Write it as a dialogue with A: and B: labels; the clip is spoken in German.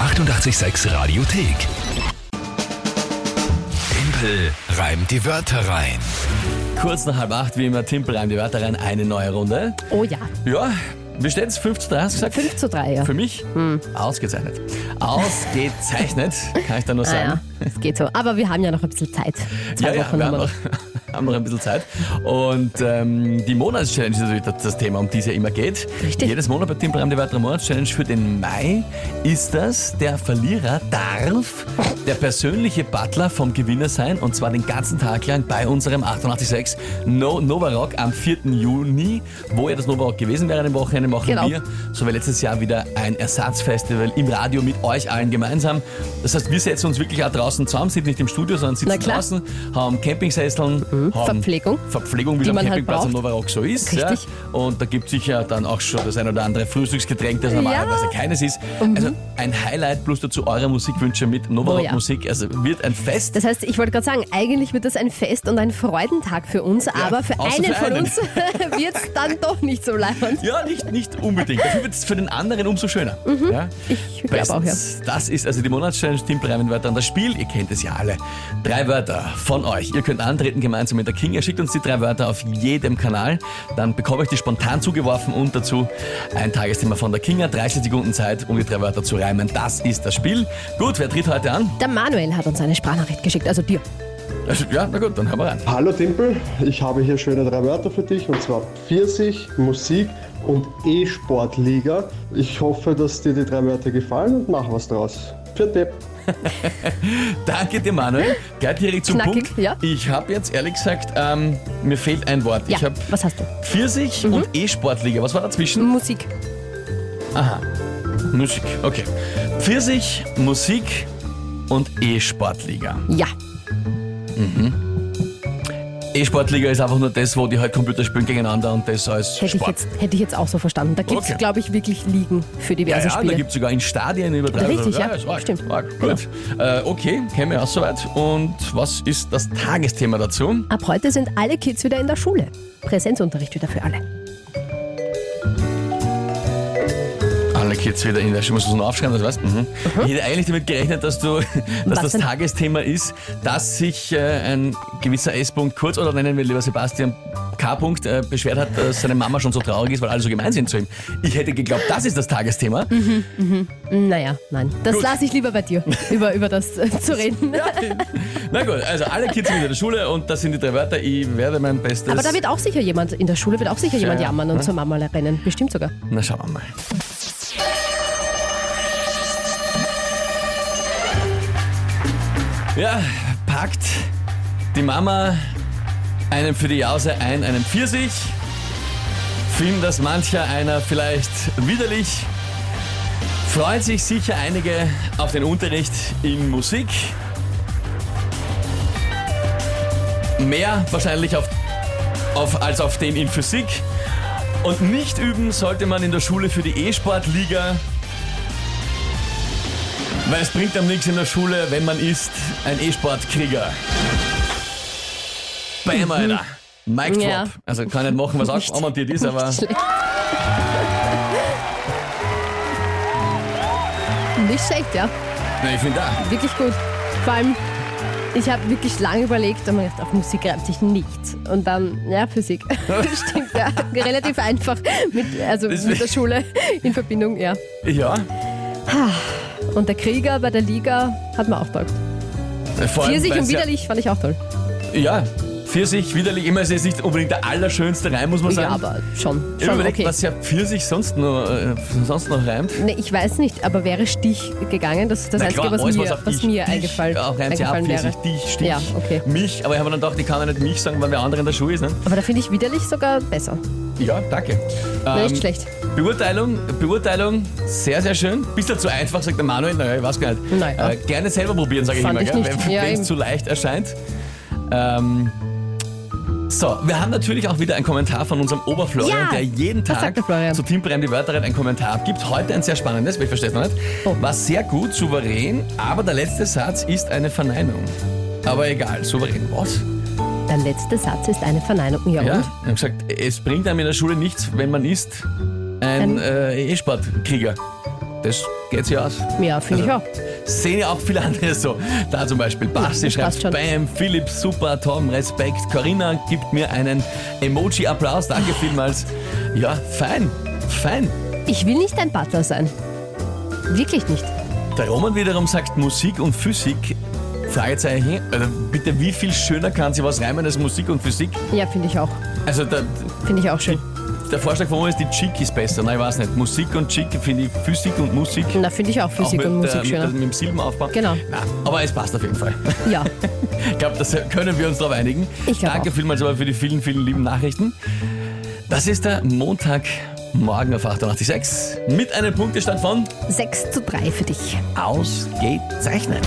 A: 886 Radiothek. Tempel reimt die Wörter rein.
B: Kurz nach halb acht, wie immer, Timpel reimt die Wörter rein, eine neue Runde.
C: Oh ja,
B: Ja, wie steht's? 5 zu 3 hast du gesagt?
C: 5 zu 3, ja.
B: Für mich? Ausgezeichnet. Ausgezeichnet, kann ich da nur sagen.
C: Naja, Ah, es geht so. Aber wir haben ja noch ein bisschen Zeit. Zwei Wochen
B: wir
C: haben
B: haben
C: wir noch.
B: noch, haben noch ein bisschen Zeit. Und ähm, die Monatschallenge ist natürlich das, das Thema, um die es ja immer geht.
C: Richtig.
B: Jedes Monat bei Timpelram die weitere Monatschallenge für den Mai ist das, der Verlierer darf der persönliche Butler vom Gewinner sein und zwar den ganzen Tag lang bei unserem 886 no Nova Rock am 4. Juni, wo ja das Nova Rock gewesen wäre an dem Wochenende, machen
C: Genau.
B: wir so wie letztes Jahr wieder ein Ersatzfestival im Radio mit euch allen gemeinsam. Das heißt, wir setzen uns wirklich auch draußen zusammen, sind nicht im Studio, sondern sitzen
C: Na klar. Mhm.
B: draußen, haben Campingsesseln, haben
C: Verpflegung.
B: Verpflegung, wie es
C: Die
B: am
C: man halt
B: Campingplatz am
C: braucht.
B: Nova Rock so ist.
C: Richtig.
B: Ja. Und da gibt es sicher dann auch schon das ein oder andere Frühstücksgetränk, das normalerweise keines ist. Also ein Highlight plus dazu eure Musikwünsche mit Nova
C: Mhm. Oh
B: Rock
C: ja.
B: Musik. Also wird ein Fest.
C: Das heißt, ich wollte gerade sagen, eigentlich wird das ein Fest und ein Freudentag für uns, aber für
B: außer
C: einen
B: für
C: von
B: einen.
C: uns wird es dann doch nicht so leibend.
B: ja, nicht, nicht unbedingt. Dafür wird es für den anderen umso schöner. Ja?
C: Mhm. Ich glaube auch, ja.
B: Bestens. Das ist also die Monatschallenge Timpelreimenwörter an das Spiel. Ihr kennt es ja alle. Drei Wörter von euch. Ihr könnt antreten gemeinsam mit der King. Ihr schickt uns die drei Wörter auf jedem Kanal. Dann bekomme ich die spontan zugeworfen und dazu ein Tagesthema von der Kinga. 30 Sekunden Zeit, um die drei Wörter zu reimen. Das ist das Spiel. Gut, wer tritt heute an?
C: Der Manuel hat uns eine Sprachnachricht geschickt, also dir.
B: Also, ja, na gut, dann hören wir rein.
D: Hallo Timpel, ich habe hier schöne drei Wörter für dich und zwar Pfirsich, Musik und E-Sportliga. Ich hoffe, dass dir die drei Wörter gefallen und mach was draus. Vierte.
B: Danke dir, Manuel. Gleich direkt zum
C: Knackig,
B: Punkt.
C: ja.
B: Ich habe jetzt ehrlich gesagt, ähm, mir fehlt ein Wort.
C: Ja,
B: Ich habe
C: was Mhm. hast du?
B: Pfirsich und E-Sportliga. Was war dazwischen?
C: Musik.
B: Musik, okay. Pfirsich, Musik und E-Sportliga.
C: Ja,
B: E-Sportliga ist einfach nur das, wo die halt Computer spielen gegeneinander und das als
C: hätte ich,
B: Sport.
C: jetzt, hätte ich jetzt auch so verstanden. Da gibt es,
B: Okay.
C: glaube ich, wirklich Ligen für
B: ja,
C: diverse
B: ja, da
C: Spiele.
B: gibt es sogar in Stadien über drei
C: Richtig, also ja,
B: ist arg,
C: stimmt.
B: Arg. Gut. Äh, okay, käme auch soweit. Und was ist das Tagesthema dazu?
C: Ab heute sind alle Kids wieder in der Schule. Präsenzunterricht wieder für alle.
B: Alle Kids wieder in der Schule, muss das nur aufschreiben, das weißt du. Mhm. Ich hätte eigentlich damit gerechnet, dass, du, dass
C: Was
B: das
C: denn?
B: Tagesthema ist, dass sich äh, ein gewisser S-Punkt, kurz oder nennen wir lieber Sebastian K. -Punkt, äh, beschwert hat, dass seine Mama schon so traurig ist, weil alle so gemein sind zu ihm. Ich hätte geglaubt, das ist das Tagesthema.
C: Mhm. Naja, nein. Das
B: Gut.
C: lasse ich lieber bei dir, über, über das äh, zu reden.
B: Na gut, also alle Kids wieder in der Schule und das sind die drei Wörter. Ich werde mein Bestes.
C: Aber da wird auch sicher jemand, in der Schule wird auch sicher jemand
B: ja,
C: jammern und zur Mama rennen. Bestimmt sogar.
B: Na schauen wir mal. Ja, packt die Mama einen für die Jause ein, einen Pfirsich. Finden das mancher einer vielleicht widerlich. Freuen sich sicher einige auf den Unterricht in Musik. Mehr wahrscheinlich auf, auf, als auf den in Physik. Und nicht üben sollte man in der Schule für die E-Sportliga, weil es bringt am nichts in der Schule, wenn man ist ein E-Sportkrieger. Bam, Alter. Mic drop.
C: Mhm. Ja.
B: Also kann nicht machen, was auch kommentiert ist, aber
C: Nicht schlecht. Nicht schlecht, ja.
B: Nein, ich finde da.
C: Wirklich gut. Vor allem, ich habe wirklich lange überlegt und mir gedacht, auf Musik reimt sich nichts. Und dann, ja, Physik. Stimmt, ja. Relativ einfach mit, also mit der
B: Deswegen-
C: Schule in Verbindung, ja.
B: Ja,
C: Und der Krieger bei der Liga hat mir auch taugt.
B: vor allem,
C: Pfirsich
B: weil's
C: und widerlich fand ich auch toll.
B: Ja, ja, Pfirsich, widerlich, immer ist jetzt nicht unbedingt der allerschönste Reim, muss man
C: Ja,
B: sagen.
C: aber schon.
B: Ich hab
C: schon
B: überlegt,
C: okay.
B: was ja Pfirsich sonst noch, äh, sonst noch reimt.
C: Nee, ich weiß nicht, aber wäre Stich gegangen? Das ist das
B: Na
C: Einzige,
B: klar,
C: was
B: alles,
C: mir,
B: auf
C: was
B: dich,
C: mir
B: dich,
C: eingefallen,
B: Auch reimt ja
C: eingefallen wäre.
B: Pfirsich, dich, Stich,
C: Ja, okay.
B: mich. Aber ich habe mir dann gedacht, ich kann ja nicht mich sagen, weil wer andere in der Schule ist. Ne?
C: Aber da finde ich widerlich sogar besser.
B: Ja, danke.
C: Nicht
B: Ähm,
C: schlecht.
B: Beurteilung, Beurteilung, sehr, sehr schön. Bist du zu einfach, sagt der Manuel. Naja, ich weiß gar nicht.
C: Nein.
B: Äh, gerne selber probieren, sage ich
C: Fand
B: immer,
C: ich
B: gell?
C: nicht.
B: wenn
C: Ja,
B: es
C: eben.
B: zu leicht erscheint. Ähm, so, wir haben natürlich auch wieder einen Kommentar von unserem Oberflorian,
C: Ja,
B: der jeden
C: was
B: Tag
C: sagt der Florian?
B: zu Team Brem die Wörterin ein Kommentar abgibt. Heute ein sehr spannendes, weil ich verstehe es noch nicht.
C: Oh.
B: War sehr gut, souverän, aber der letzte Satz ist eine Verneinung. Aber egal, souverän, was?
C: Der letzte Satz ist eine Verneinung. Ja,
B: Ja,
C: und?
B: ich habe gesagt, es bringt einem in der Schule nichts, wenn man ist ein
C: Ein-
B: äh, E-Sportkrieger. das geht sich aus.
C: Ja, finde ich
B: Also-
C: auch.
B: Sehen ja auch viele andere so. Da zum Beispiel Basti
C: das passt
B: schreibt
C: schon.
B: Bam, Philipp, super, Tom, Respekt. Corinna gibt mir einen Emoji-Applaus. Danke vielmals. Ja, fein, fein.
C: Ich will nicht ein Butler sein. Wirklich nicht.
B: Der Roman wiederum sagt Musik und Physik. Fragezeichen. Also bitte, wie viel schöner kann sie was reimen als Musik und Physik?
C: Ja, finde ich auch.
B: Also der,
C: Finde ich auch schön.
B: der Vorschlag von mir ist, die Chick ist besser. Nein, ich weiß nicht. Musik und Chick finde ich Physik und Musik.
C: Na, finde ich auch Physik
B: auch mit,
C: und
B: der-
C: Musik
B: mit, der-
C: schöner.
B: mit dem Silbenaufbau.
C: Genau.
B: Na, aber es passt auf jeden Fall.
C: Ja,
B: Ich glaube, das können wir uns darauf einigen.
C: Ich glaub
B: Danke
C: auch.
B: vielmals aber für die vielen, vielen lieben Nachrichten. Das ist der Montagmorgen auf 886 mit einem Punktestand von
C: 6 zu 3 für dich.
B: ausgezeichnet.